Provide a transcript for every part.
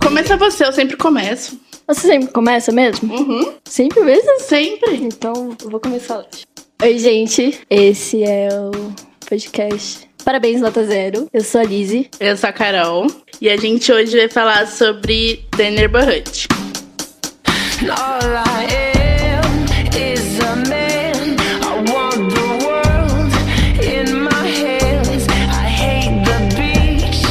Começa você, eu sempre começo. Você sempre começa mesmo? Uhum. Sempre mesmo? Sempre. Então, eu vou começar hoje. Oi, gente. Esse é o podcast Parabéns Nota Zero. Eu sou a Lizzie. Eu sou a Carol. E a gente hoje vai falar sobre The Neighborhood. All I am is a man. I want the world in my hands. I hate the beach,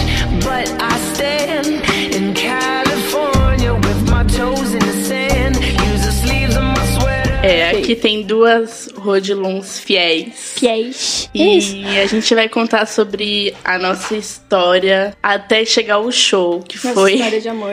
but I stand in California with my toes in the sand. Use the sleeves of my sweater. É, aqui tem duas Rodilons fiéis. Piés. É isso. E a gente vai contar sobre a nossa história até chegar ao show, que Nossa foi história de amor.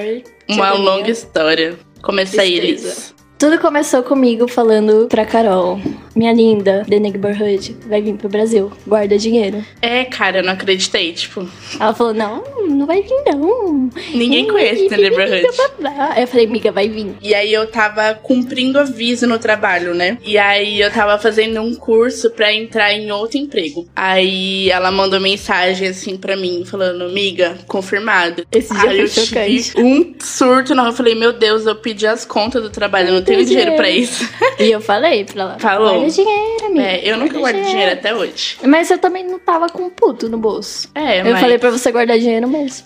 uma Tia longa Boninha. história. Começa aí, Tristeza. Liz. Tudo começou comigo falando pra Carol. Minha linda, The Neighborhood vai vir pro Brasil. Guarda dinheiro. É, cara, eu não acreditei, tipo, Ela falou, não, não vai vir não. ninguém Ih, conhece The Neighborhood. babá. Aí eu falei, miga, vai vir. E aí eu tava cumprindo aviso no trabalho, né? E aí eu tava fazendo um curso pra entrar em outro emprego. Aí ela mandou mensagem assim pra mim, falando, amiga, confirmado. Esse dia aí foi eu tive chocante. um surto, não. Eu falei, meu Deus, eu pedi as contas do trabalho, eu não tenho Meu dinheiro Deus. pra isso. E eu falei pra ela. Falou. Guarda dinheiro, amiga. É, eu nunca guardo dinheiro até hoje. Mas eu também não tava com um puto no bolso. É, Eu mas falei pra você guardar dinheiro mesmo.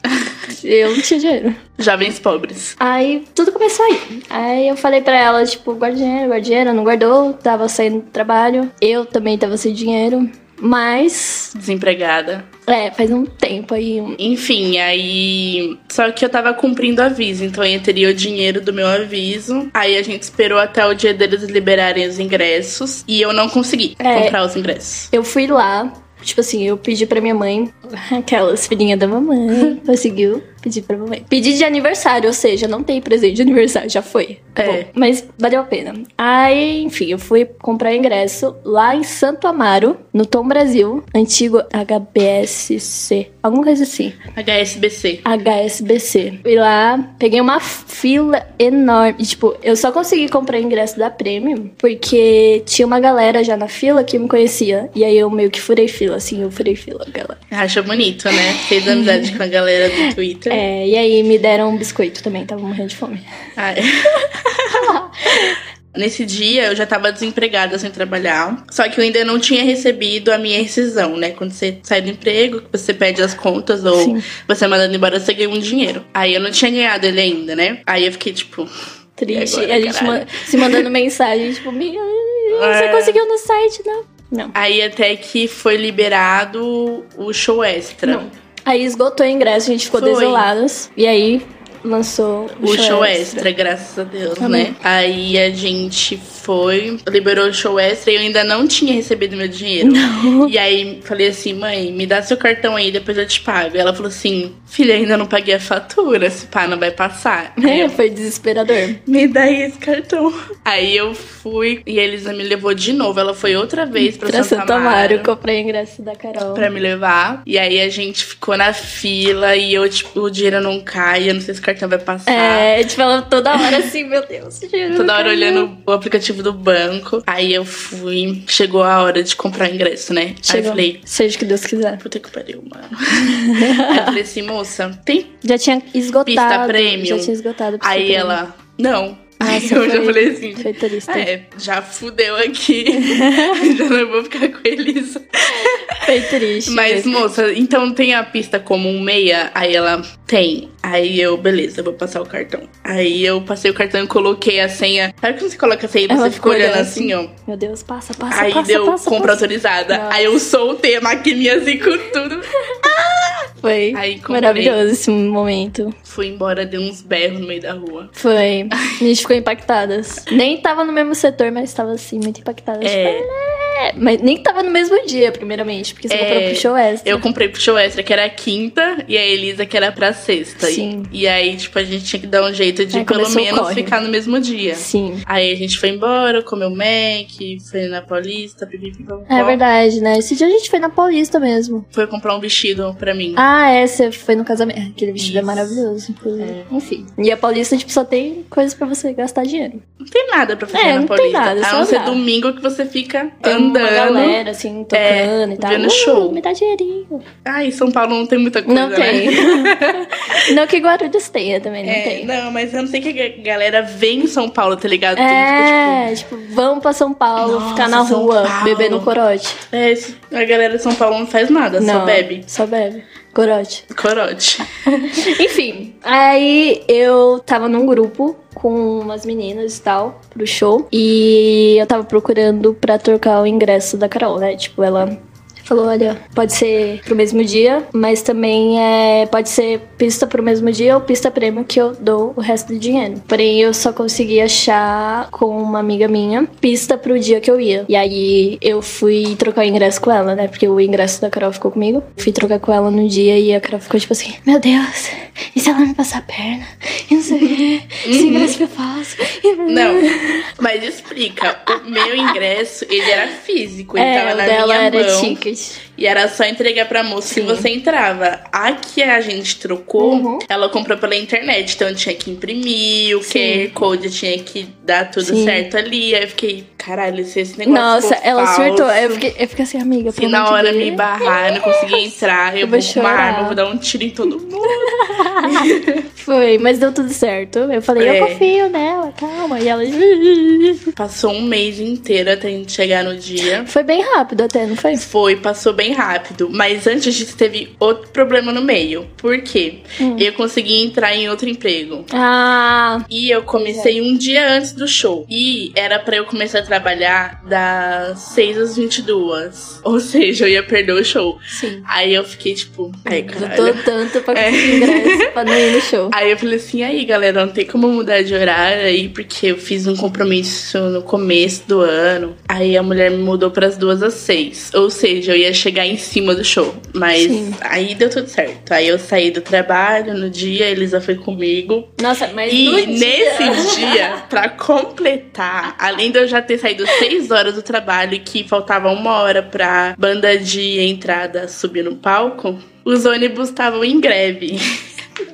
eu não tinha dinheiro. jovens pobres. Aí tudo começou aí. Aí eu falei pra ela, tipo, guarda dinheiro, guarda dinheiro, não guardou, tava saindo do trabalho. Eu também tava sem dinheiro. Mas, Desempregada. é, faz um tempo aí. um- Enfim, aí. Só que eu tava cumprindo aviso, então eu teria o dinheiro do meu aviso. Aí a gente esperou até o dia deles liberarem os ingressos. E eu não consegui É. comprar os ingressos. Eu fui lá, tipo assim, eu pedi pra minha mãe, aquelas filhinha da mamãe, conseguiu. Pedi pra mamãe. Pedi de aniversário, ou seja, não tem presente de aniversário, já foi. Tá É. Bom, mas valeu a pena. Aí, enfim, eu fui comprar ingresso lá em Santo Amaro, no Tom Brasil, antigo HBSC, alguma coisa assim. HSBC. HSBC. Fui lá, peguei uma fila enorme. E, Tipo, eu só consegui comprar ingresso da Premium porque tinha uma galera já na fila que me conhecia. E aí eu meio que furei fila, assim, eu furei fila, galera. Acha bonito, né? Fez amizade com a galera do Twitter. É, e aí me deram um biscoito também, tava morrendo de fome. Ah, é. Nesse dia eu já tava desempregada sem trabalhar. Só que eu ainda não tinha recebido a minha rescisão, né? Quando você sai do emprego, que você pede as contas ou Sim. você é mandando embora, você ganha um dinheiro. Aí eu não tinha ganhado ele ainda, né? Aí eu fiquei tipo. Triste. E agora, a gente caralho? man- se mandando mensagem, tipo, "Miga, você É. conseguiu no site, não? Não. Aí até que foi liberado o show extra. Não. Aí esgotou o ingresso, a gente ficou Foi. desoladas. E aí lançou O show, extra, graças a Deus, Amém. né? Aí a gente foi, liberou o show extra e eu ainda não tinha recebido meu dinheiro. E aí falei assim, mãe, me dá seu cartão aí, depois eu te pago. E ela falou assim, filha, ainda não paguei a fatura, esse pá não vai passar. Aí eu, É, foi desesperador. Né? me dá aí esse cartão. Aí eu fui e a Elisa me levou de novo. Ela foi outra vez pra, Pra Santa Santo Amaro, comprei o ingresso da Carol. Pra me levar. E aí a gente ficou na fila e eu, tipo, o dinheiro não cai, eu não sei se o cartão vai passar. É, tipo, ela toda hora assim, meu Deus, dinheiro Toda hora caiu. olhando o aplicativo do banco. Aí eu fui. Chegou a hora de comprar o ingresso, né? Aí eu Chegou. falei, Seja o que Deus quiser. puta que pariu, mano. aí eu falei assim, moça, tem Já tinha esgotado. pista premium? Já tinha esgotado. a pista Aí premium. ela, não. Aí Nossa, eu já Ah, foi- falei assim. Foi turista. "Ah, É, já fudeu aqui. já não vou ficar com a Elisa. Foi triste. Mas, mesmo. moça, então tem a pista como um meia? Aí ela tem. Aí eu, beleza, vou passar o cartão. Aí eu passei o cartão e coloquei a senha. Sabe quando você coloca a senha e Ela você fica ficou olhando olhando assim, ó? Meu Deus, passa, passa, Aí passa, deu passa, compra passa. autorizada. Nossa. Aí eu soltei a maquininha assim com tudo. Foi Aí comprei. maravilhoso esse momento. Fui embora, dei uns berros no meio da rua. Foi. A gente ficou impactadas. Nem tava no mesmo setor, mas tava assim, muito impactadas. É. Tipo, "É", Mas nem tava no mesmo dia, primeiramente, porque você É. comprou pro show extra. Eu comprei pro show extra, que era a quinta, e a Elisa, que era pra sexta. E- Sim. E, aí, tipo, a gente tinha que dar um jeito de Aí pelo começou o menos corre. né? ficar no mesmo dia. Sim. Aí a gente foi embora, comeu Mac, foi na Paulista, pipipipopó. É verdade, né? Esse dia a gente foi na Paulista mesmo. Foi comprar um vestido pra mim. Ah, é, você foi no casamento. Ah, Aquele vestido é Isso. É. maravilhoso, inclusive. Enfim. E a Paulista, tipo, só tem coisas pra você gastar dinheiro. Não tem nada pra fazer É, na não tem Paulista. nada, a só não ser andar. domingo que você fica Tem um uma andando. galera, assim, tocando É, e tal. vendo Uh, show. Me dá dinheirinho. Ai, São Paulo não tem muita coisa. Não né? tem. não que Guarulhos tenha também, não É, tem. não, mas eu não sei que a galera vem em São Paulo, tá ligado? Tem, É, tipo, vamos pra São Paulo, Nossa, ficar na São rua, Paulo. beber no corote. tipo, é, isso- a galera de São Paulo não faz nada, só Não, bebe. Só bebe. Corote. Corote. Enfim, aí eu tava num grupo com umas meninas e tal, pro show. E eu tava procurando pra trocar o ingresso da Carol, né? Tipo, ela falou, olha, pode ser pro mesmo dia, mas também é, pode ser pista pro mesmo dia ou pista prêmio que eu dou o resto do dinheiro. Porém, eu só consegui achar com uma amiga minha pista pro dia que eu ia. E aí eu fui trocar o ingresso com ela, né? Porque o ingresso da Carol ficou comigo. Fui trocar com ela no dia e a Carol ficou tipo assim: Meu Deus, e se ela me passar a perna? E não sei o quê. Esse ingresso que eu faço. E- Uhum. Não, mas explica. O meu ingresso, ele era físico, ele É, tava o na dela minha era mão. ticket. E era só entregar pra moça Sim. que você entrava. A que a gente trocou, Uhum. ela comprou pela internet. Então tinha que imprimir, o Sim. QR Code tinha que dar tudo Sim. certo ali. Aí eu fiquei, caralho, se esse negócio. Nossa, for ela falso, surtou. Eu fiquei, eu fiquei assim, amiga. Se pelo na amor de hora me Deus. barrar, eu não conseguir entrar, eu, Eu vou vou com uma arma, chorar. eu vou dar um tiro em todo mundo. Foi, mas deu tudo certo. Eu falei, É. eu confio nela, calma. E ela. Passou um mês inteiro até a gente chegar no dia. Foi bem rápido até, não foi? Foi, passou bem rápido. Mas antes disso, teve outro problema no meio. Por quê? Hum. Eu consegui entrar em outro emprego. Ah, E eu comecei um dia antes do show. E era pra eu começar a trabalhar das 6 às 22. Ou seja, eu ia perder o show. sim. Aí eu fiquei tipo, ai, caralho. Lutou tanto pra É. conseguir ingresso pra não ir no show. Aí eu falei assim, aí galera, não tem como mudar de horário aí, porque eu fiz um compromisso no começo do ano. Aí a mulher me mudou pras duas às seis. Ou seja, eu ia chegar em cima do show. Mas Sim. aí deu tudo certo. Aí eu saí do trabalho no dia, a Elisa foi comigo. Nossa, mas E no dia- nesse dia, pra completar, além de eu já ter saído seis horas do trabalho e que faltava uma hora pra banda de entrada subir no palco, os ônibus estavam em greve.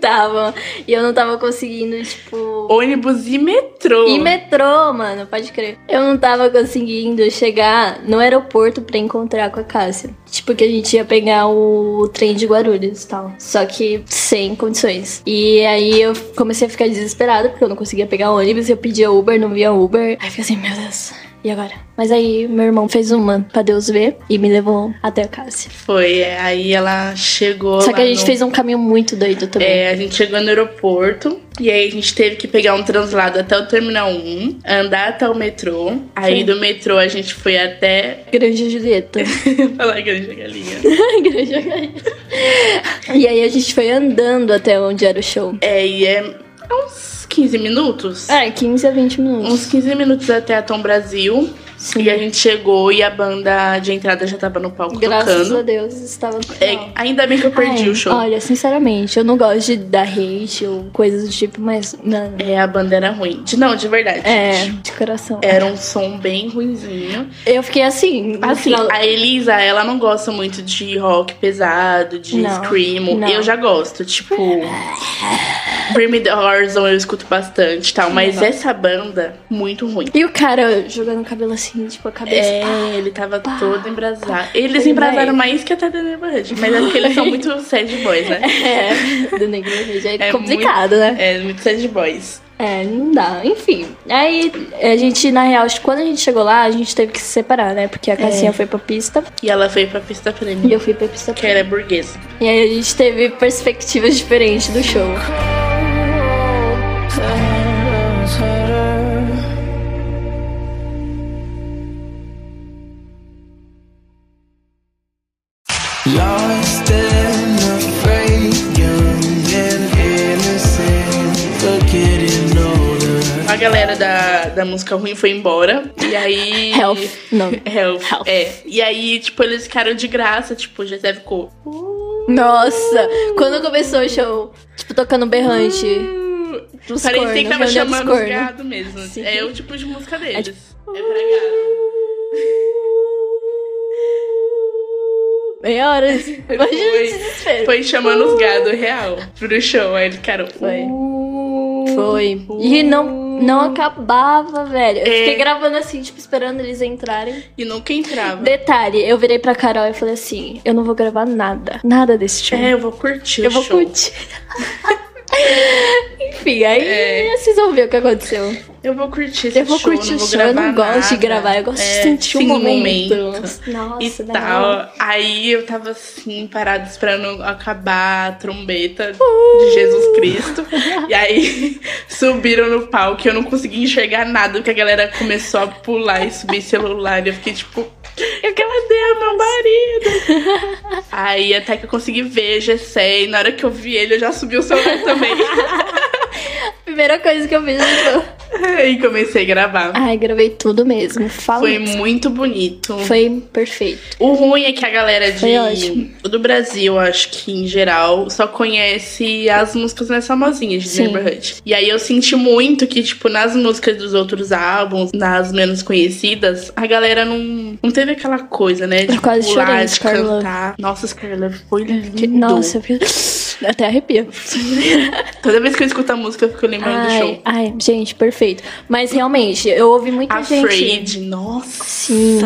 tava. E eu não tava conseguindo, tipo. Ônibus e metrô. E metrô, mano, pode crer. Eu não tava conseguindo chegar no aeroporto pra encontrar com a Cássia. Tipo, que a gente ia pegar o trem de Guarulhos e tal. Só que sem condições. E aí eu comecei a ficar desesperada, porque eu não conseguia pegar ônibus. Eu pedia Uber, não via Uber. Aí eu fiquei assim, meu Deus, e agora? Mas aí meu irmão fez uma pra Deus ver e me levou até a Cássia. Foi, é, aí ela chegou. Só que lá a gente no- fez um caminho muito doido também. É, a gente chegou no aeroporto e aí a gente teve que pegar um translado até o Terminal 1, andar até o metrô. Aí Sim. do metrô a gente foi até. Grande Julieta. Falar grande galinha. Igreja Católica. E aí a gente foi andando até onde era o show. É, e é uns 15 minutos. É, 15 a 20 minutos. Uns 15 minutos até a Tom Brasil. Sim. E a gente chegou e a banda de entrada já tava no palco Graças a tocando. Deus, estava no final. É, ainda bem que eu perdi Ai, o show. Olha, sinceramente, eu não gosto de dar hate ou coisas do tipo, mas. Mano, É, a banda era ruim. De- não, de verdade. é, gente. de coração. Era um som bem ruinzinho. Eu fiquei assim. no Assim, final- a Elisa, ela não gosta muito de rock pesado, de Não, screamo. não. Eu já gosto, tipo. Bring the Horizon eu escuto bastante e tal. Mas Não. essa banda, muito ruim. E o cara jogando o cabelo assim, tipo, a cabeça. É, ele tava pá, todo embrasado. Eles Ah, Ele embrasaram vai. mais que a Tata Neighborhood, mas é porque eles são muito sad boys, né? É, do negro já é, É complicado, né? É, muito sad boys. É, não dá. Enfim. Aí a gente, na real, quando a gente chegou lá, a gente teve que se separar, né? É. Porque a Cassinha foi pra pista E ela foi pra pista e prêmio, eu fui pra pista. que era burguesa. E aí a gente teve perspectivas diferentes do show. Lost and afraid, young and innocent, but getting older. A galera da, da música ruim foi embora. E aí. Health, não. Health. Health. É. E aí, tipo, eles ficaram de graça, tipo, o José ficou. Nossa! Quando começou o show, tipo, tocando berrante. "Hum", Dos Parecia que cornos, tava reunião dos chamando os cornos. gado mesmo. Sim. É o tipo de música É deles. tipo- É pra gado. Meia hora. Imagina Foi. o desespero. Foi chamando uh, os gado real pro show. Aí eles ficaram. Foi. "Uh". Foi. E não, Não acabava, velho. Eu É. fiquei gravando assim, tipo, esperando eles entrarem. E nunca entrava. Detalhe, eu virei pra Carol e falei assim: eu não vou gravar nada. Nada desse show. É, eu vou curtir eu o vou show. curtir. Enfim, aí É. vocês vão ver o que aconteceu. Eu vou curtir esse Eu vou show, curtir não o vou show, eu não gravar gosto de nada. gravar, eu gosto de É, sentir o sim, momento. momento. Nossa, é e da hora. tal. Aí eu tava assim, parada esperando acabar a trombeta de Jesus Cristo. E aí subiram no palco e eu não consegui enxergar nada, porque a galera começou a pular e subir celular. E eu fiquei tipo, eu cadê meu marido? aí até que eu consegui ver Gessé, e na hora que eu vi ele, eu já subi o celular também. Primeira coisa que eu fiz né, foi. e comecei a gravar. Ai, gravei tudo mesmo. Fala. Foi muito bonito. Foi perfeito. O ruim é que a galera Foi de, ótimo. do Brasil, acho que em geral, só conhece as músicas mais famosinhas de Sim. Neighborhood. E aí eu senti muito que, tipo, nas músicas dos outros álbuns, nas menos conhecidas, a galera não, não teve aquela coisa, né? De É quase pular, chorei, de Scar Love. cantar. Nossa, Scarlett foi lindo. Que- Nossa, eu fiquei... até arrepio. Toda vez que eu escuto a música, eu fico lembrando do Ai, show. ai, gente, perfeito. Mas realmente, eu ouvi muita gente. Afraid, nossa. Sim.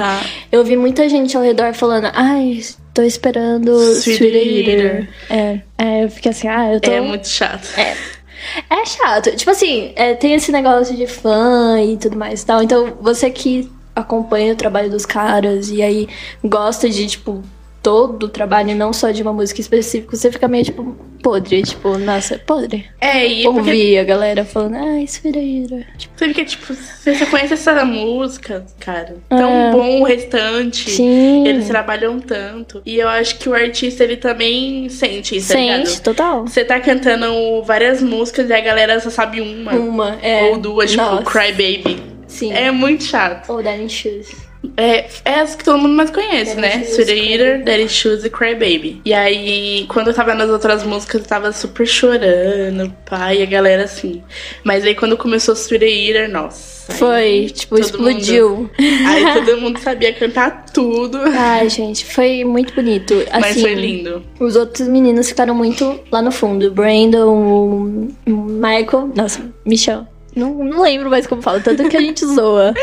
Eu ouvi muita gente ao redor falando, ai, tô esperando Sweet Sweet Eater." Eater. É, é, eu fiquei assim, ah, eu tô. É muito chato. É chato. Tipo assim, é, tem esse negócio de fã e tudo mais e tal. Então, você que acompanha o trabalho dos caras e aí gosta de, tipo, todo o trabalho, e não só de uma música específica, você fica meio, tipo, podre. Tipo, nossa, podre. É, e é Ouvi porque a galera falando, ah, isso vira ira. Tipo, Você fica tipo, você você conhece essa música, cara? Tão É. bom o restante. sim. Eles trabalham tanto. E eu acho que o artista, ele também sente isso, tá Sente, ligado? total. Você tá cantando várias músicas e a galera só sabe uma. Uma, é. Ou duas, tipo, Nossa. Cry Baby. Sim. É muito chato. Ou Darren Shoes. É, é as que todo mundo mais conhece, Daddy né? Shoes, Sweet Cry Eater, Baby. Daddy Shoes e Cry Baby. E aí, quando eu tava nas outras músicas, eu tava super chorando, pai, a galera assim. Mas aí, quando começou Sweet Eater, nossa. aí Foi, tipo, todo explodiu. Aí todo mundo sabia cantar tudo. Ai, gente, foi muito bonito. Assim, Mas foi lindo. Os outros meninos ficaram muito lá no fundo. O Brandon, o Michael. Nossa, Michel. Não, não lembro mais como fala, tanto que a gente zoa.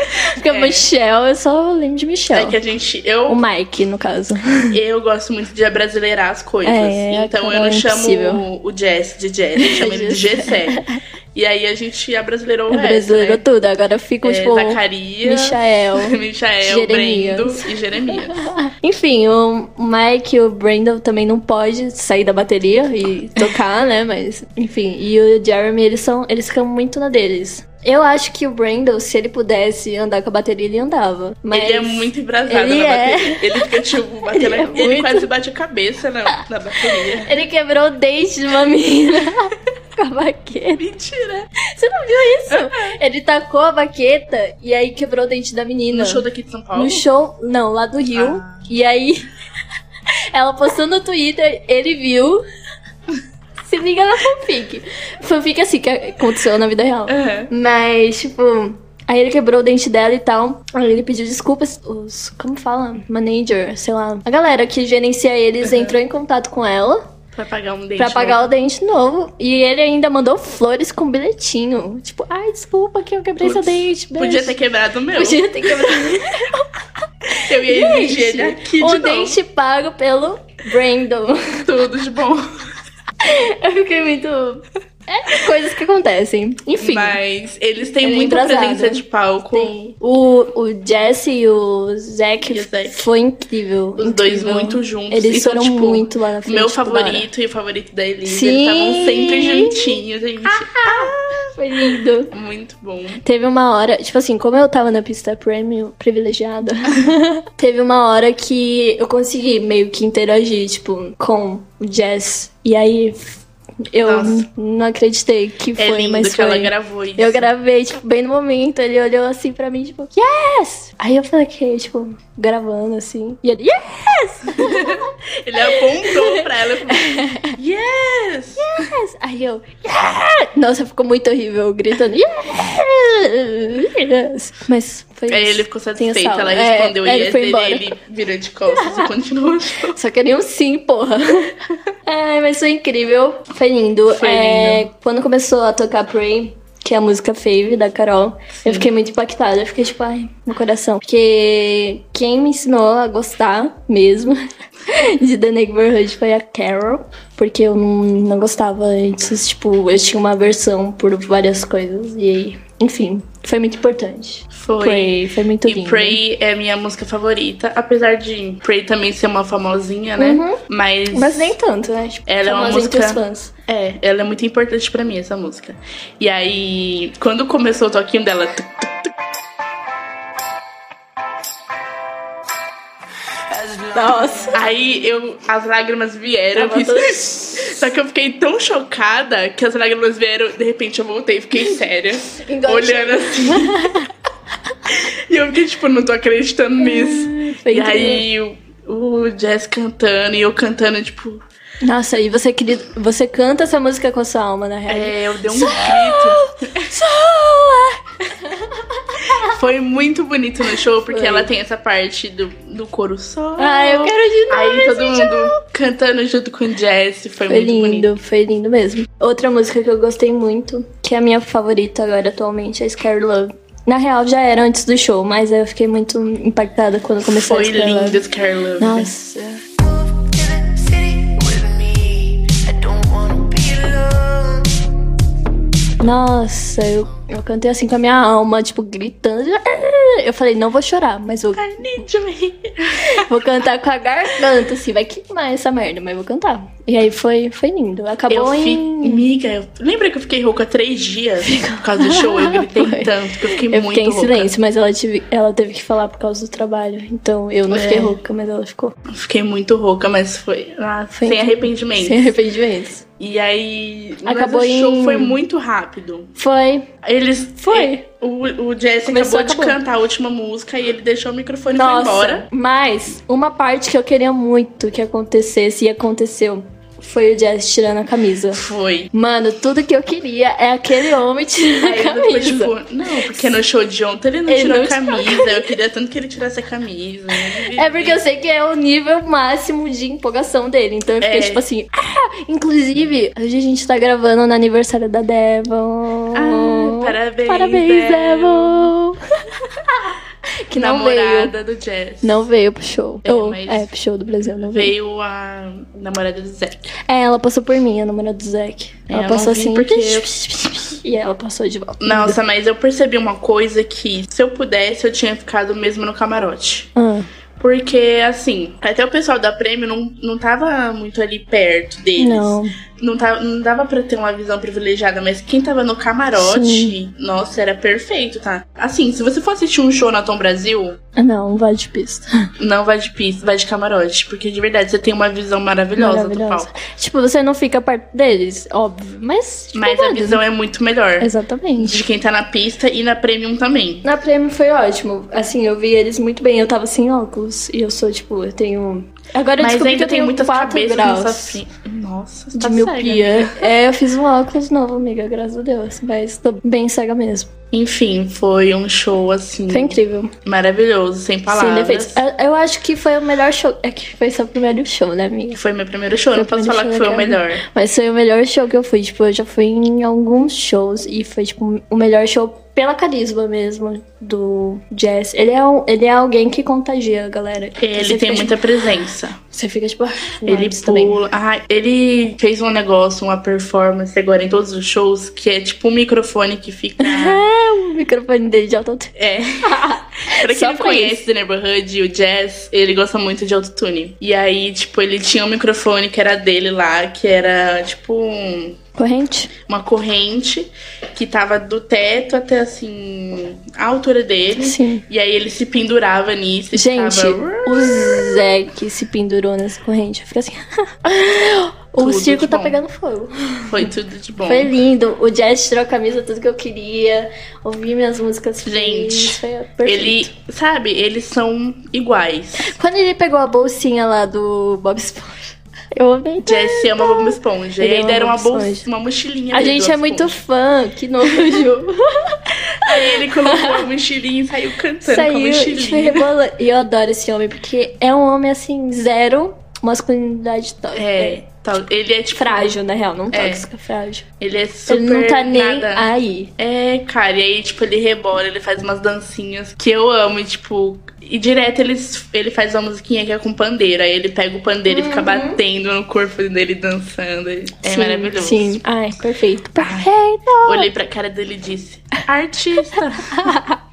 Porque É. Michel, eu só lembro de É Michel. que a gente. O Eu, É, Mike, no caso. eu gosto muito de abrasileirar as coisas. Um- É, então eu aquela não impossível. chamo o Jess de Jess, eu chamo ele de Gessé. E aí a gente abrasileirou o resto. brasileiro né? tudo. Agora ficam, É, tipo, Zacarias, Michael. Michael, Jeremias. Brendo e Jeremias. Enfim, o Mike e o Brandon também não pode sair da bateria e tocar, né? Mas, enfim, e o Jeremy, eles são. Eles ficam muito na deles. Eu acho que o Brandon, se ele pudesse andar com a bateria, ele andava. Mas Ele é muito embrasado Ele na é. bateria. Ele fica tipo batendo. Ele Ele, é muito. quase bate a cabeça na, na bateria. Ele quebrou o dente de uma menina com a baqueta. Mentira! Você não viu isso? Ele tacou a baqueta e aí quebrou o dente da menina. No show daqui de São Paulo? No show, não, lá do Rio. Ah. E aí, ela postou no Twitter, ele viu. Se liga na fanfic. Fanfic é assim que aconteceu na vida real. Aham. Mas, tipo, aí ele quebrou o dente dela e tal. Aí ele pediu desculpas. Os, como fala? Manager, sei lá. A galera que gerencia eles entrou em contato com ela Pra pagar um dente. pra novo. pagar o dente novo. E ele ainda mandou flores com bilhetinho. Tipo, ai, desculpa que eu quebrei Putz, seu dente. Podia beijo." ter quebrado o meu. um Podia ter quebrado. Eu ia exigir ele aqui de um novo. dente pago pelo Brandon. Tudo de bom. Eu fiquei muito. É coisas que acontecem. Enfim. Mas eles têm Ele é muita embrasado. presença de palco. Sim. O, o Jesse e o Zack E o Zack. foi incrível. Os dois incrível. muito juntos. Eles e são, foram tipo, muito lá na O frente. tipo, meu toda hora. favorito e o favorito da Elisa. Sim. Ah. Eles estavam sempre juntinhos, gente. Foi lindo. Muito bom. Teve uma hora, tipo assim, como eu tava na pista premium privilegiada, teve uma hora que eu consegui meio que interagir, tipo, com o Jess. E aí eu Nossa. n- não acreditei que É foi, lindo mas que foi. ela gravou isso. Eu gravei, tipo, bem no momento, ele olhou assim pra mim, tipo, yes! Aí eu falei, que, tipo, gravando assim. E ele, yes! Ele apontou pra ela e falou: Yes! Aí eu, yes! Nossa, ficou muito horrível, eu gritando, yes! yes! Mas foi Aí isso. ele ficou Tenho satisfeito, ela salvo. É, respondeu aí ele yes, foi ele, embora. ele virou de costas e continuou o show. Só queria um sim, porra. Ai, mas foi incrível. Foi lindo. Foi É, Quando começou a tocar Pray, que que é a música Fave da Carol. Eu fiquei muito impactada, eu fiquei tipo, ai, meu coração. Porque quem me ensinou a gostar mesmo de The Neighborhood foi a Carol. Porque eu não, não gostava antes, tipo, eu tinha uma aversão por várias coisas. E aí, enfim, foi muito importante. Foi. Foi, foi muito E lindo. Pray é minha música favorita, apesar de Pray também ser uma famosinha, né? Uhum. Mas. Mas nem tanto, né? Tipo, Ela é uma famosa entre música- os fãs. É, ela é muito importante pra mim, essa música. E aí, quando começou o toquinho dela. tuc, tuc, Nossa. Aí eu, as lágrimas vieram. eu Tava fiz- toda- Só que eu fiquei tão chocada que as lágrimas vieram. De repente eu voltei, fiquei séria. Igual olhando assim. e eu fiquei tipo, não tô acreditando nisso. Ah, foi e aí o, o Jazz cantando e eu cantando, tipo, Nossa, e você, queria... você canta essa música com a sua alma, na real. é, eu dei um grito. Soa! Foi muito bonito no show, porque ela tem essa parte do, do coro só. Ah, eu quero de novo Aí todo esse mundo cantando junto com o Jazz. Foi, Foi muito bonito. lindo, foi lindo mesmo. Outra música que eu gostei muito, que é a minha favorita agora atualmente, é Scare Love. Na real, já era antes do show, mas eu fiquei muito impactada quando começou Foi a Scare Love. lindo, Scar Love. Nossa. Move to the city with me. I don't wanna be alone. Nossa, eu, eu cantei assim com a minha alma, tipo, gritando. Eu falei, não vou chorar, mas vou, I need you here. vou cantar com a garganta, assim, vai queimar essa merda, mas vou cantar. E aí foi, foi lindo. Eu Acabou fiquei. em. Miga, eu- lembra que eu fiquei rouca três dias por causa do show? Eu gritei Foi. tanto que eu fiquei Eu muito fiquei em rouca. silêncio, mas ela, tive, ela teve que falar por causa do trabalho. Então eu não É. fiquei rouca, mas ela ficou. Eu Fiquei muito rouca, mas foi ah, Foi sem incrível. arrependimento. Sem É arrependimentos. E aí. Acabou mas o show em- foi muito rápido. Foi. Eles. eh, Foi. O, o Jesse Começou, acabou, acabou. de cantar a última música e ele deixou o microfone e foi Nossa. embora. Mas uma parte que eu queria muito que acontecesse e aconteceu foi o Jazz tirando a camisa. Foi. Mano, tudo que eu queria é aquele homem tirando Aí a ele ficou camisa. tipo, não, porque no show de ontem ele não Ele tirou não a tirou a camisa. Eu queria tanto que ele tirasse a camisa. né? É porque eu sei que é o nível máximo de empolgação dele. Então eu fiquei É. tipo assim. "Ah!" Inclusive, hoje a gente tá gravando no aniversário da Devon. Ah, parabéns, Parabéns, é Devon. Devon! que não veio. namorada do Jess. Não veio pro show. É, Ou, mas- é, pro show do Brasil, não veio. Veio a namorada do Zé. É, ela passou por mim, a namorada do Zack. É, Ela eu passou não vim assim. porque E ela passou de volta. Nossa, mas eu percebi uma coisa que se eu pudesse, eu tinha ficado mesmo no camarote. Ah, Porque, assim, até o pessoal da Prêmio não, não tava muito ali perto deles. não. Não, tava, não dava pra ter uma visão privilegiada, mas quem tava no camarote, Sim. nossa, era perfeito, tá? Assim, se você for assistir um show na Tom Brasil, ah, Não, vai de pista. não vai de pista, vai de camarote. Porque de verdade você tem uma visão maravilhosa, do Maravilhosa. palco. Tipo, você não fica perto deles, óbvio. Mas. Tipo, Mas a foda-se. visão é muito melhor. Exatamente. De quem tá na pista e na Premium também. Na prêmio foi ótimo. Assim, eu vi eles muito bem. Eu tava sem óculos. E eu sou, tipo, eu tenho. Agora eu Mas descobri que ainda eu tenho tem muitas 4 cabeças graus nessa fi- Nossa, de tá cega. né? miopia. É, eu fiz um óculos novo, amiga, graças a Deus. Mas tô bem cega mesmo. Enfim, foi um show assim Foi incrível. maravilhoso, sem Sem palavras. defeitos. Eu, eu acho que foi o melhor show. É que foi seu primeiro show, né, amiga? Foi meu primeiro show, Foi não o posso primeiro falar que show é foi da o melhor. Mas foi o melhor show que eu fui. Tipo, eu já fui em alguns shows e foi, tipo, o melhor show pela carisma mesmo do Jazz. Ele é, um, ele é alguém que contagia a galera. Ele Você tem fica, muita presença. Tipo, você fica, tipo, ah, Ele vibes pula. Ah, ele fez um negócio, uma performance agora em todos os shows, que é tipo um microfone que fica. O microfone dele tá de alto É. pra quem Só não pra conhece The Neighborhood e o Jazz, ele gosta muito de autotune. E aí, tipo, ele tinha um microfone que era dele lá, que era tipo um- corrente. uma corrente que tava do teto até assim, a altura dele. Sim. E aí ele se pendurava nisso e Gente, ficava... o Zé que se pendurou nessa corrente. Eu fico assim. o Tudo circo de tá bom. pegando fogo. Foi tudo de bom. Foi lindo. O Jazz tirou a camisa, tudo que eu queria. Ouvi minhas músicas. Gente, felizes, foi perfeito. Ele, sabe, eles são iguais. Quando ele pegou a bolsinha lá do Bob Esponja, eu amei. Jesse ama Bob Esponja. Ele e aí ama deram uma, Bob bolsa, Esponja. uma mochilinha. A dele gente do é Bob muito Esponja. fã, que nojo. Aí ele colocou a mochilinha e saiu cantando com a Saiu, tipo, mochilinha. rebola. E eu adoro esse homem, porque é um homem, assim, zero masculinidade tóxica. É. tal. Ele é tipo. Frágil, na real, não É. tóxica, frágil. Ele é super. ele não tá nem nada. aí. É, cara, e aí, tipo, ele rebola, ele faz umas dancinhas que eu amo, e, tipo, e direto ele, ele faz uma musiquinha que é com pandeiro, aí ele pega o pandeiro e fica batendo no corpo dele dançando. É Uhum. sim, maravilhoso. Sim, ai, perfeito. Perfeito! Olhei pra cara dele e disse: Artista!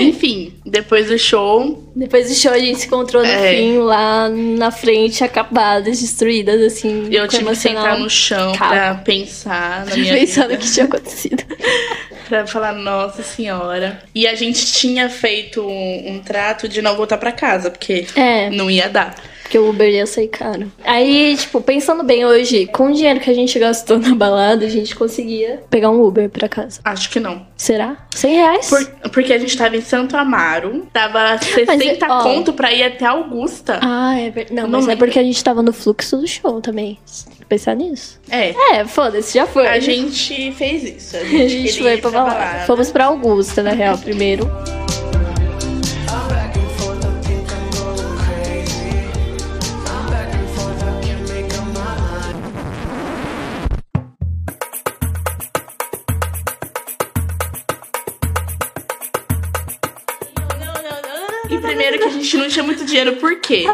Enfim, depois do show, Depois do show a gente se encontrou no É. fim, lá na frente, acabadas, destruídas, assim. eu tive com que emocional. sentar no chão Calma. pra pensar na minha Pensando vida. o que tinha acontecido. Pra falar, nossa senhora. E a gente tinha feito um, um trato de não voltar pra casa, porque É. não ia dar. Porque o Uber ia sair caro. Aí, tipo, pensando bem hoje, com o dinheiro que a gente gastou na balada, a gente conseguia pegar um Uber pra casa. Acho que não. Será? 100 reais? Por- porque a gente tava em Santo Amaro, tava 60 ó. conto pra ir até Augusta. Ah, é verdade. Não, Não mas é lembro. porque a gente tava no fluxo do show também. Você tem que Pensar nisso. É. É, foda-se, já foi. A gente fez isso. A gente, A gente queria foi ir pra balada. Fomos pra Augusta, na real, primeiro. E primeiro que a gente não tinha muito dinheiro, por quê?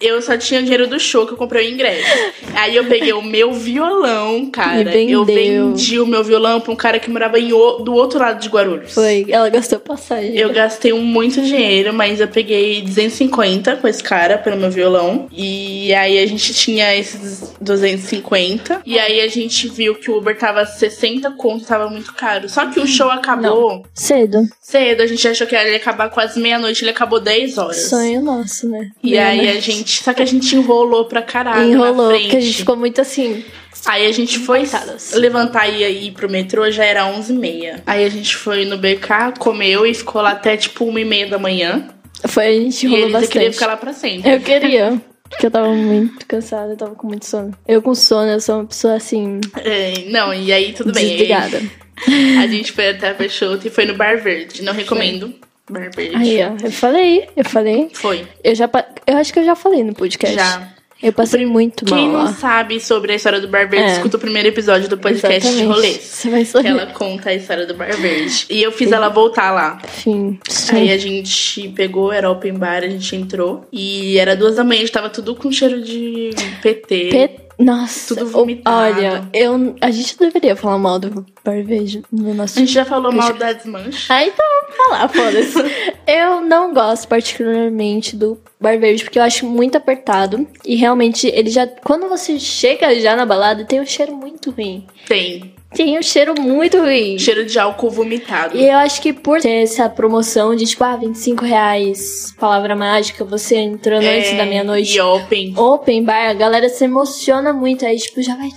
Eu só tinha dinheiro do show que eu comprei o ingresso. Aí eu peguei o meu violão, cara. E Eu vendeu. vendi o meu violão pra um cara que morava em o- do outro lado de Guarulhos. Foi. Ela gastou passagem. Eu gastei um muito dinheiro, mas eu peguei 250 com esse cara pelo meu violão. E aí a gente tinha esses 250. E aí a gente viu que o Uber tava 60 conto, tava muito caro. Só que o show acabou Cedo. cedo, a gente achou que ele ia acabar quase meia-noite, ele acabou 10 horas. Sonho nosso, né? E Meu, aí né? a gente. Só que a gente enrolou pra caralho. na Enrolou, frente. porque a gente ficou muito assim. Aí a gente foi Coitadas. levantar e ir pro metrô, já era 11h30. Aí a gente foi no BK, comeu e ficou lá até tipo 1h30 da manhã. Foi, a gente E enrolou eles bastante. É. queriam ficar lá pra sempre. Eu queria. Porque eu tava muito cansada, eu tava com muito sono. Eu com sono, eu sou uma pessoa assim, É, não, e aí tudo bem. desligada. Aí, a gente foi até a Peixoto e foi no Bar Verde. Não recomendo. Bar Verde. Aí, ó, eu falei, eu falei. Foi. Eu já pa- eu acho que eu já falei no podcast. Já. Eu passei muito Quem mal não lá. sabe sobre a história do Bar Verde, É. escuta o primeiro episódio do podcast de Exatamente. rolês. Você vai Que saber. ela conta a história do Bar Verde. E eu fiz ela voltar lá. Enfim, sim. Aí a gente pegou, era open bar, a gente entrou. E era duas da manhã, a gente tava tudo com cheiro de PT. Pe- Nossa, Tudo o- vomitado. olha, eu, a gente deveria falar mal do barbejo no A nosso gente já falou mal da desmancha. Ah, então, tá lá, foda-se. eu não gosto particularmente do Bar Verde, porque eu acho muito apertado. E realmente, ele já. Quando você chega já na balada, tem um cheiro muito ruim. Tem. Tem um cheiro muito ruim. Cheiro de álcool vomitado. E eu acho que por ter essa promoção de tipo, ah, 25 reais, palavra mágica, você entrando antes É, da meia-noite. E open. Open bar, a galera se emociona muito, aí tipo, já vai.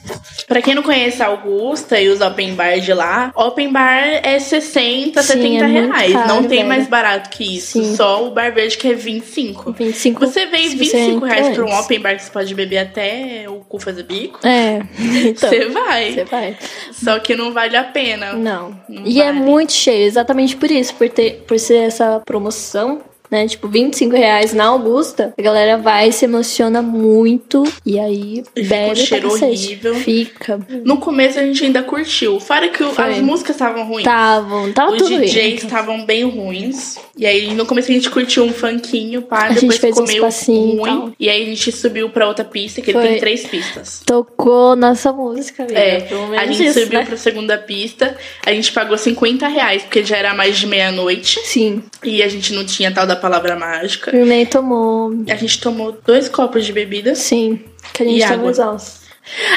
Pra quem não conhece a Augusta e os open bar de lá, open bar é 60, Sim, 70 é muito reais. caro, não tem velho. mais barato que isso. Sim. Só o bar verde que é 25. 25 Você vem se 25 entra reais pra um antes. open bar que você pode beber até o cu fazer bico. É, então. Você vai. Você vai. Só que não vale a pena. Não. Não e é vale. muito cheio, exatamente por isso, por, ter, por ser essa promoção, né? Tipo, 25 reais na Augusta, a galera vai, se emociona muito e aí E fica um bebe pra cheiro cacete. horrível. Fica. No começo a gente ainda curtiu. Fora que o- Foi. as músicas estavam ruins. Tavam, tava Os Tá tudo DJs isso. estavam bem ruins. E aí no começo a gente curtiu um funkinho, pá, A gente depois fez uns comeu passinhos e ruim. tal. E aí a gente subiu pra outra pista, que ele Foi. tem três pistas. Tocou nossa música, amiga. É, pelo a menos gente isso, subiu né? pra segunda pista, a gente pagou 50 reais, porque já era mais de meia-noite Sim, e a gente não tinha tal da palavra mágica. Brunei tomou. A gente tomou dois copos de bebidas. Sim, que a gente E tava água. exausto.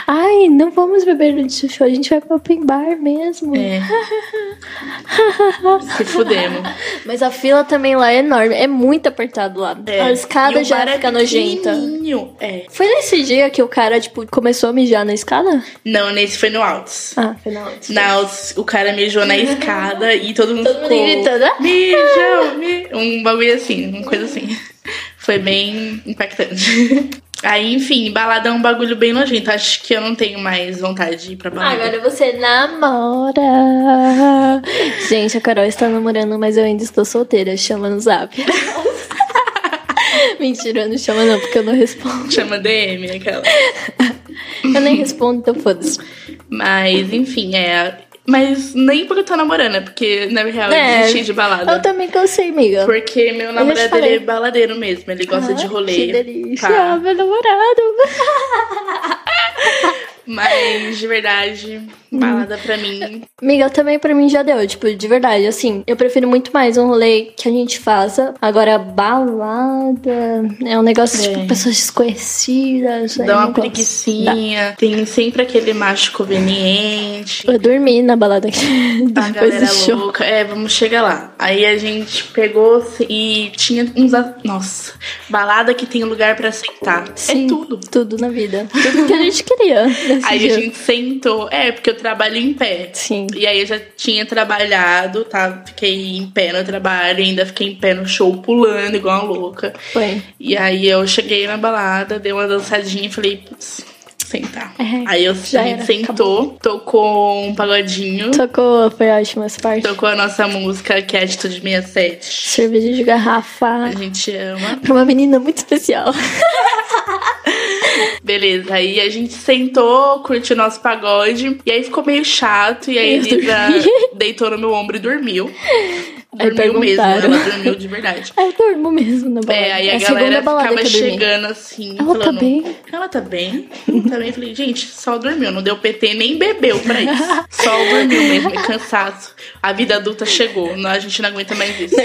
Ai, não vamos beber no show, a gente vai pro open bar mesmo. É. Se fudemos. Mas a fila também lá é enorme, é muito apertado lá. É. A E escada o já bar é fica nojenta. pequenininho. É. Foi nesse dia que o cara, tipo, começou a mijar na escada? Não, nesse foi no Altos. Ah, foi na outra. Na Altos, o cara mijou na escada e todo mundo Todo mundo ficou... gritando, "Ah!" Mijam, mi-" Um bagulho assim, uma coisa assim. Foi bem impactante. Aí, enfim, balada é um bagulho bem nojento. Acho que eu não tenho mais vontade de ir pra balada. Agora você namora. Gente, a Carol está namorando, mas eu ainda estou solteira. Chama no zap. Mentira, não chama não, porque eu não respondo. Chama DM, aquela. Eu nem respondo, então foda-se. Mas, enfim, é. Mas nem porque eu tô namorando, é porque na real eu desisti de É. Eu balada. também cansei, amiga. Porque meu já te namorado ele falei. Ah, é baladeiro mesmo, ele gosta de rolê. Tá. Que delícia, pá. meu namorado. Mas, de verdade, balada pra mim. Amiga, também pra mim já deu, tipo, de verdade, assim, eu prefiro muito mais um rolê que a gente faça. Agora, balada é um negócio, tipo, pessoas desconhecidas. aí Dá eu uma não gosto. Dá. preguiçinha. Tem sempre aquele macho conveniente. Eu dormi na balada A depois do galera show. louca. É, vamos chegar lá. Aí a gente pegou e tinha uns. a- Nossa, balada que tem lugar pra sentar. Sim, É tudo. Tudo na vida. Tudo que a gente queria. nesse Aí dia. a gente sentou. É, porque eu trabalho em pé. Sim. E aí eu já tinha trabalhado, tá? Fiquei em pé no trabalho, ainda fiquei em pé no show pulando igual uma louca. Foi. E aí eu cheguei na balada, dei uma dançadinha e falei, putz, sentar. É, aí eu, a gente já era, sentou, tocou um pagodinho, Tocou, foi ótimo essa parte. tocou a nossa música, que é Atitude 67. Cerveja de A garrafa. gente ama. Pra uma menina muito especial. Beleza, aí a gente sentou, curtiu o nosso pagode. E aí ficou meio chato. E aí a Eu Elisa dormi. deitou no meu ombro e dormiu. Aí Dormiu mesmo, perguntaram. ela dormiu de verdade. Aí eu durmo mesmo na balada. É, aí a, É galera segunda balada ficava que eu dormi. chegando assim. Ela tá falando, bem? Ela tá bem. Também falei, gente, só dormiu, não deu PT nem bebeu pra isso. Só dormiu mesmo, é cansaço. A vida adulta chegou, não, a gente não aguenta mais isso.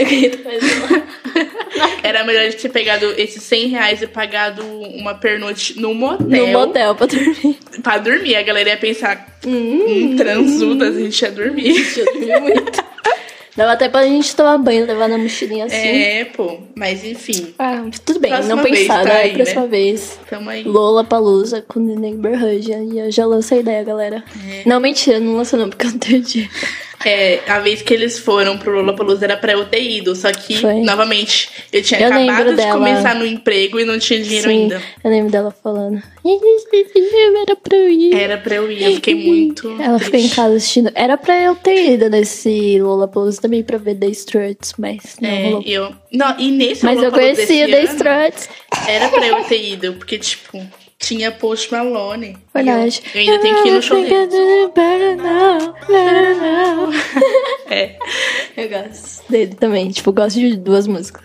Era melhor a gente ter pegado esses 100 reais e pagado uma pernoite no motel, No motel pra dormir. pra dormir. A galera ia pensar, hum, transuda, a gente ia dormir. Eu dormi muito. Dava até pra gente tomar banho, levar na mochilinha assim. É, pô, mas enfim, Ah, tudo bem, Próxima não vez pensar, tá né? aí, Próxima né? vez. tamo aí. Lola Palusa com The Neighborhood. Aí eu já lancei a ideia, galera. Não, mentira, não lançou não, porque eu não tenho dinheiro. É, a vez que eles foram pro Lollapalooza era pra eu ter ido, só que, Foi. novamente, eu tinha Eu acabado lembro de dela. começar no emprego e não tinha dinheiro Sim, ainda. eu lembro dela falando. Esse dinheiro era pra eu ir. Era pra eu ir, eu fiquei muito Ela ficou em triste. casa assistindo. Era pra eu ter ido nesse Lollapalooza também pra ver The Struts, mas não É, rolou. eu... Não, e nesse Mas eu Lollapalooza conheci o esse The ano, Struts. Era pra eu ter ido, porque, tipo, tinha Post Malone. Verdade. E Eu, eu ainda tenho que ir no show dele. É. Eu gosto dele também. Tipo, gosto de duas músicas.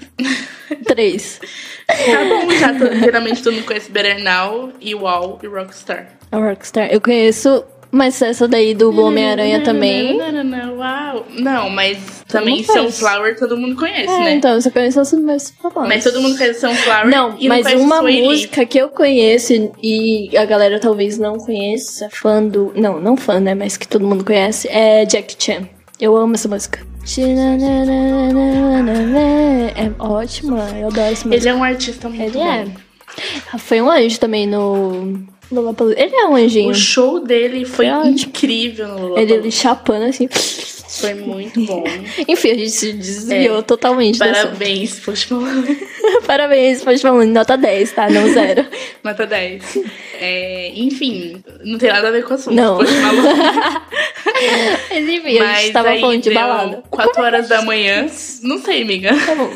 Três. Tá bom, já tô, geralmente todo mundo conhece Better Now, e Wow e Rockstar. A Rockstar. Eu conheço, mas essa daí do Homem-Aranha também. Não, não, não, uau. Não, mas também mundo conhece. Sunflower todo mundo conhece, É, né? então, eu só conheço as mais famosas. Mas todo mundo conhece Sunflower. Não, e mas não conhece uma Sueli. música que eu conheço e a galera talvez não conheça, fã do. Não, não fã, né? Mas que todo mundo conhece, é Jack Chan. Eu amo essa música. É ótima, eu adoro essa música. Ele é um artista muito Ele bom. é. Foi um anjo também no. Lollapalooza. Ele é um anjinho. O show dele foi Foi ótimo. incrível no Lollapalooza. Ele chapando assim. Foi muito bom. Enfim, a gente se desviou É. totalmente dessa. Parabéns, Post Malone. Parabéns, pode falar. Nota 10, tá? Não zero. Nota 10. É, enfim, não tem nada a ver com o assunto. Não. Post Malone. Mas enfim, a Mas gente tava aí falando de deu balada. é 4 horas da manhã. Não sei, amiga. Tá bom.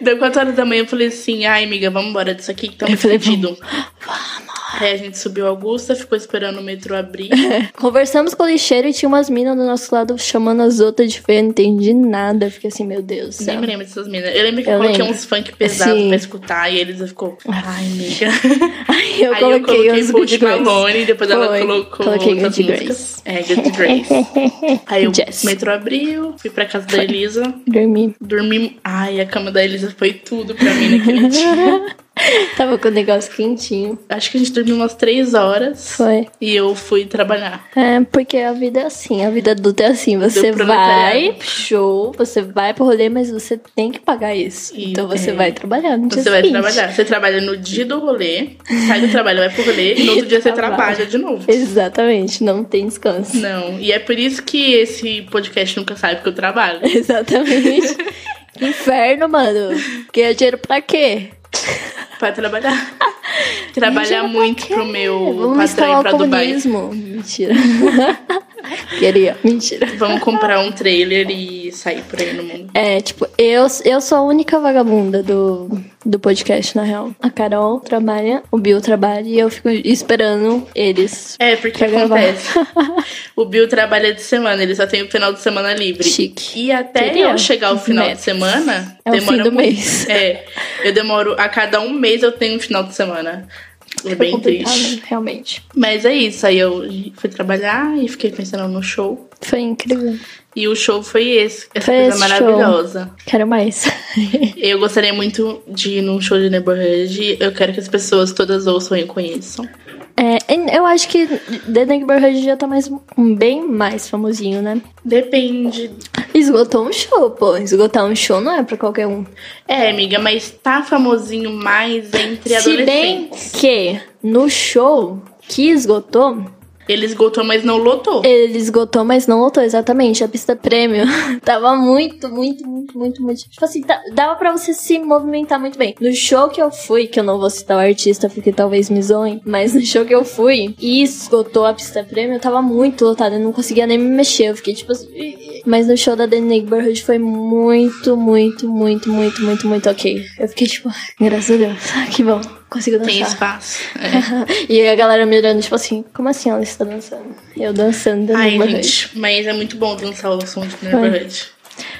Deu 4 horas da manhã, eu falei assim, ai, amiga, vamos embora disso aqui que tá Eu falei, fedido. Aí a gente subiu a Augusta, ficou esperando o metrô abrir. Conversamos com o lixeiro e tinha umas minas do nosso lado chamando as outras de feia, não entendi nada. Eu Fiquei assim, meu Deus. do Nem céu. me lembro dessas meninas. Eu lembro que eu, Eu coloquei lembro. uns funk pesados Sim. pra escutar e eles ficou, ai, amiga. Aí eu Aí coloquei, eu os coloquei Post Good Girls. Malone, depois ela Foi. colocou Coloquei outras Good músicas. É, Good Grace. Aí o Jess. metrô abriu, fui pra casa da Elisa, Dormi. dormi. Ai, a cama da Elisa foi tudo pra mim naquele dia. Tava com o negócio quentinho. Acho que a gente dormiu umas três horas. Foi. E eu fui trabalhar. É, porque a vida é assim, a vida adulta é assim. Você proletariado. vai, show, você vai pro rolê, mas você tem que pagar isso. E então você tem. vai trabalhar no dia Você vai seguinte. trabalhar. Você trabalha no dia do rolê, sai do trabalho, vai pro rolê, e no outro dia você Trabalha. trabalha de novo. Exatamente, não tem descanso. Não, e é por isso que esse podcast nunca sai, porque eu trabalho. Exatamente. que inferno, mano. Ganha dinheiro pra quê? Pra trabalhar. Ganha Trabalhar dinheiro pra muito quê? pro meu Vamos patrão ir instalar pra o Dubai. comunismo. Mentira. Queria. Mentira. Vamos comprar um trailer e sair por aí no mundo. É, tipo, eu, eu sou a única vagabunda do, do podcast, na real. A Carol trabalha, o Bill trabalha e eu fico esperando eles. É, porque Pra gravar. acontece. o Bill trabalha de semana, ele só tem o final de semana livre. Chique. E até Queria. eu chegar ao final Metas. de semana, É o fim do muito. mês. É, eu demoro. A cada um mês eu tenho um final de semana. É bem complicado, triste. Realmente. Mas é isso. Aí eu fui trabalhar e fiquei pensando no show. Foi incrível. E o show foi esse. Essa Foi coisa esse maravilhosa. Quero mais. Eu gostaria muito de ir num show de Neighborhood. Eu quero que as pessoas todas ouçam e conheçam. É, e eu acho que The Neighborhood já tá mais, bem mais famosinho, né? Depende. Esgotou um show, pô. Esgotar um show não é pra qualquer um. É, amiga, mas tá famosinho mais entre Se bem adolescentes. que no show que esgotou, Ele esgotou, mas não lotou. ele esgotou, mas não lotou exatamente. A pista prêmio tava muito, muito, muito, muito, muito. Tipo assim, tá- dava pra você se movimentar muito bem. No show que eu fui, que eu não vou citar o artista porque talvez me zoem, mas no show que eu fui e esgotou a pista prêmio, eu tava muito lotada. Eu não conseguia nem me mexer. Eu fiquei tipo assim. "Ih". Mas no show da The Neighborhood foi muito, muito, muito, muito, muito, muito ok. Eu fiquei tipo, graças a Deus, que bom. Consigo dançar. Tem espaço. É. E a galera me olhando, tipo assim, como assim ela está dançando? Eu dançando da Ai, Neighborhood. gente, mas é muito bom dançar o som de Neighborhood.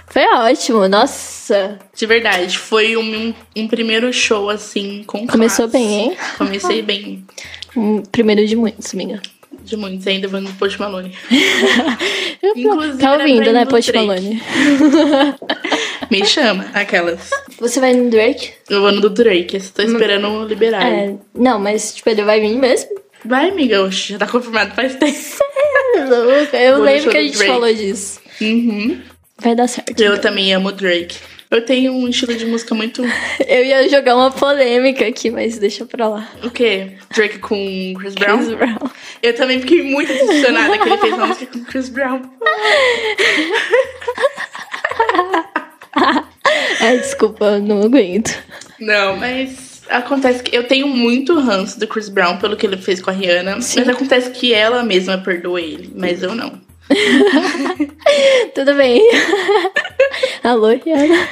Foi ótimo, nossa. De verdade, foi um, um, um primeiro show, assim, com Começou classe. bem, hein? Comecei bem. Um primeiro de muitos, amiga. De muitos, ainda vou no Post Malone. Inclusive, Tá era pra ouvindo, ir né, no Post Drake. Malone? Me chama, aquelas. Você vai no Drake? Eu vou no do Drake, estou esperando liberar. É, não, mas tipo, ele vai vir mesmo? Vai, amiga, oxe, já tá confirmado faz tempo. É louco, eu Vou no lembro show que a do gente Drake. falou disso. Uhum. Vai dar certo. Eu também amo Drake. Eu tenho um estilo de música muito. Eu ia jogar uma polêmica aqui, mas deixa pra lá. O quê? Drake com Chris Brown? Chris Brown. Eu também fiquei muito decepcionada que ele fez uma música com Chris Brown. Ai, desculpa, eu não aguento. Não, mas acontece que eu tenho muito ranço do Chris Brown pelo que ele fez com a Rihanna. Sim. Mas acontece que ela mesma perdoa ele, mas eu não. Tudo bem. Alô, Yara.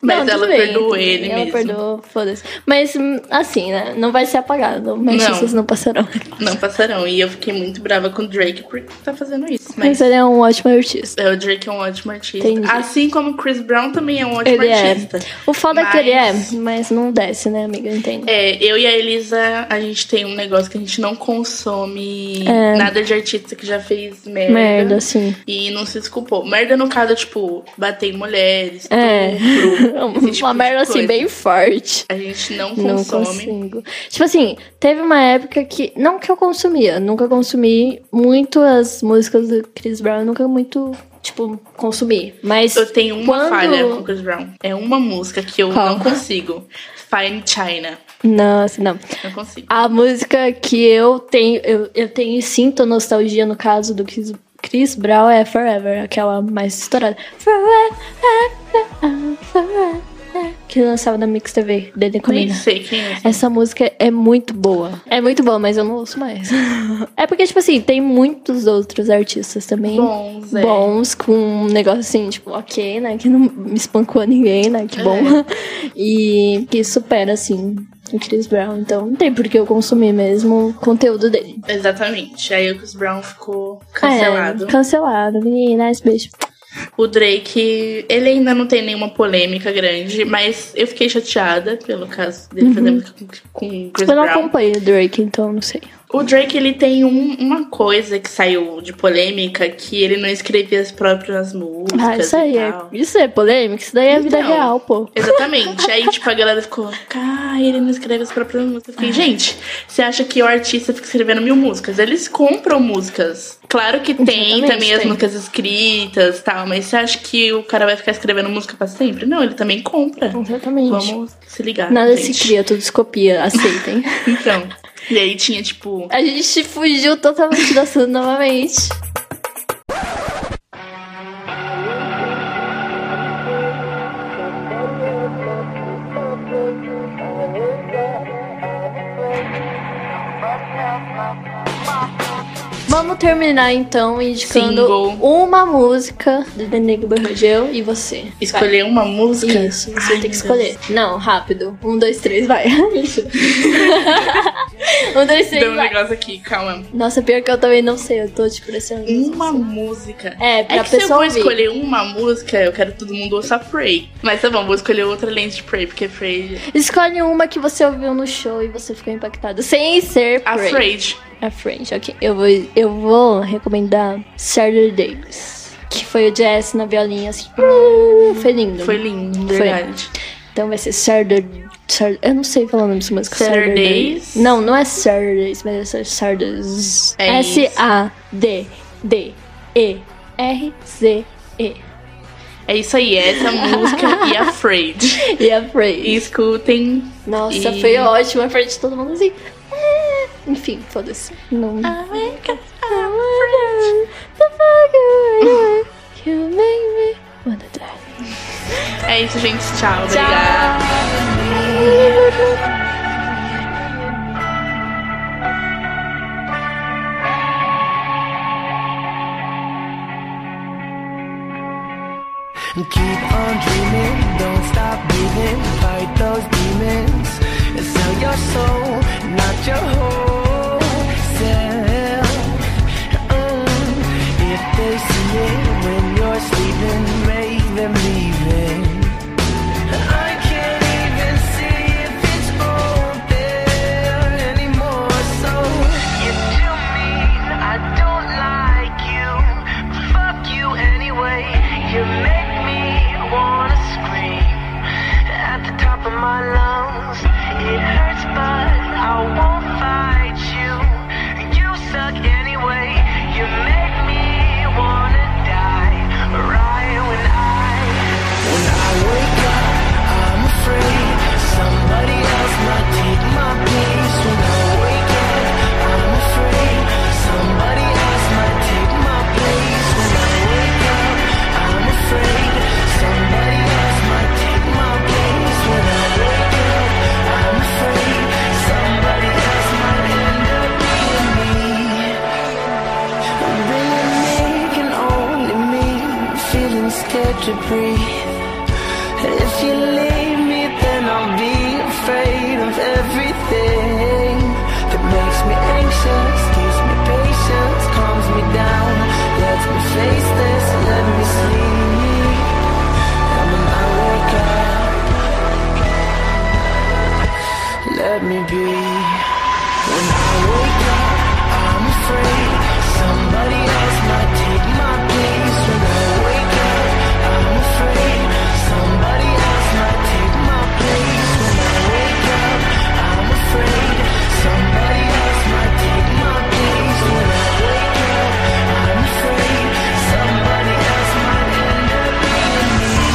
Mas tudo ela bem, perdoou tudo bem. ele ela mesmo. perdoou, foda-se. Mas, hum, assim, né? Não vai ser apagado. Mas Não. vocês não passarão. Não passarão. E eu fiquei muito brava com o Drake por tá fazendo isso. Mas Mas ele é um ótimo artista. é, o Drake é um ótimo artista. Entendi. Assim como o Chris Brown também é um ótimo Ele é. artista. O foda é que ele é, Mas- mas não desce, né, amiga? Entende? É, eu e a Elisa, a gente tem um negócio que a gente não consome É. nada de artista que já fez merda. Merda, assim. E não se desculpou. Merda no caso, tipo, bater em mulheres, É. estupro, esse tipo Uma de merda, assim, coisa. bem forte. A gente não Não consome. consigo. Tipo assim, teve uma época que. Não que eu consumia, nunca consumi muito as músicas do Chris Brown, nunca muito, tipo, consumi. Mas. eu tenho uma quando... falha com o Chris Brown. É uma música que eu Qual? não consigo. Fine China. Nossa, não. Não consigo. A música que eu tenho, eu, eu tenho e sinto nostalgia no caso do Chris, Chris Brown é Forever, aquela mais estourada. Forever, forever, que lançava na Mix TV, Dede Nem Comina. sei quem é. Essa música é muito boa. É muito boa, mas eu não ouço mais. é porque, tipo assim, tem muitos outros artistas também. Bons, é. Bons, com um negócio assim, tipo, ok, né? Que não me espancou ninguém, né? Que bom. É. E que supera, assim, o Chris Brown. Então, não tem por que eu consumir mesmo o conteúdo dele. Exatamente. Aí o Chris Brown ficou cancelado. É, cancelado, menina. Esse beijo. O Drake, ele ainda não tem nenhuma polêmica grande, mas eu fiquei chateada pelo caso Uhum. dele fazer música com- com o Chris Tipo, Eu não Brown. acompanho o Drake, então não sei. O Drake, ele tem um- uma coisa que saiu de polêmica, que ele não escrevia as próprias músicas Ah, isso aí e é, tal. isso é polêmico. Isso daí é vida Então. real, pô. Exatamente. Aí, tipo, a galera ficou, ah, ele não escreve as próprias músicas. Eu fiquei, gente, você acha que o artista fica escrevendo mil músicas? Eles compram músicas. Claro que tem Exatamente, também as tem. músicas escritas e tal, mas você acha que o cara vai ficar escrevendo música pra sempre? Não, ele também compra. Exatamente. Vamos se ligar. Nada gente. se cria, tudo se copia, aceitem. Então. E aí tinha, tipo. A gente fugiu totalmente do assunto novamente. Bom, Vamos terminar então indicando Single. uma música do The Negro Rogel e você. Escolher uma música? Isso, você Ai, tem que meu Deus. escolher. Não, rápido. Um, dois, três, vai. Isso. um, dois, três, Deu um vai. negócio aqui, calma. Nossa, pior que eu também não sei, eu tô tipo, te pressionando. Uma música. É, pra é que se eu pessoa vou ouvir. escolher uma música, eu quero que todo mundo ouça Prey. Mas tá bom, vou escolher outra além de Prey, porque Prey. Escolhe uma que você ouviu no show e você ficou impactado. Sem ser Prey. Afraid. A French, ok. Eu vou, eu vou recomendar Saturday Days. Que foi o jazz na violinha, assim. ah, Foi lindo. Foi lindo, Foi. verdade. Então vai ser Saturday. Saturday- eu não sei falar o nome dessa música. Saturdays? Saturdays. Não, não é Saturdays, mas é Saturdays. É isso. S-A-D-D-E-R-Z-E. É isso aí, essa música e Afraid. E a French. E escutem. Nossa, E- foi ótimo. A frente de todo mundo assim. "Ah", Enfim, foda-se. Não. You make me wanna die. É isso, gente. Tchau. Obrigada. And Keep on dreaming, don't stop breathing. Fight those demons and sell your soul, not your whole self. Mm. If they see it when you're sleeping, make them leave it. I can't even see if it's open anymore. So you do mean I don't like you, but fuck you anyway. You make me wanna scream at the top of my lungs. It hurts, but I won't fight you. You suck anyway. You make me wanna die right when I. When I wake up, I'm afraid somebody else might take my place. When I wake up, I'm afraid somebody else might take my place. When I wake up, I'm afraid somebody else might take my place. When I wake up, I'm afraid somebody else might end up being me. Really me can only mean feeling scared to breathe. If you leave me, then I'll be afraid of everything that makes me anxious, gives me patience, calms me down, lets me face this, let me sleep. And when I wake up, let me be. When I wake up, I'm afraid somebody else might take my place. When I wake up, I'm afraid somebody else might take my place. When I wake up, I'm afraid somebody else might take my place. When I wake up, I'm afraid somebody else might end up being me.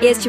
Este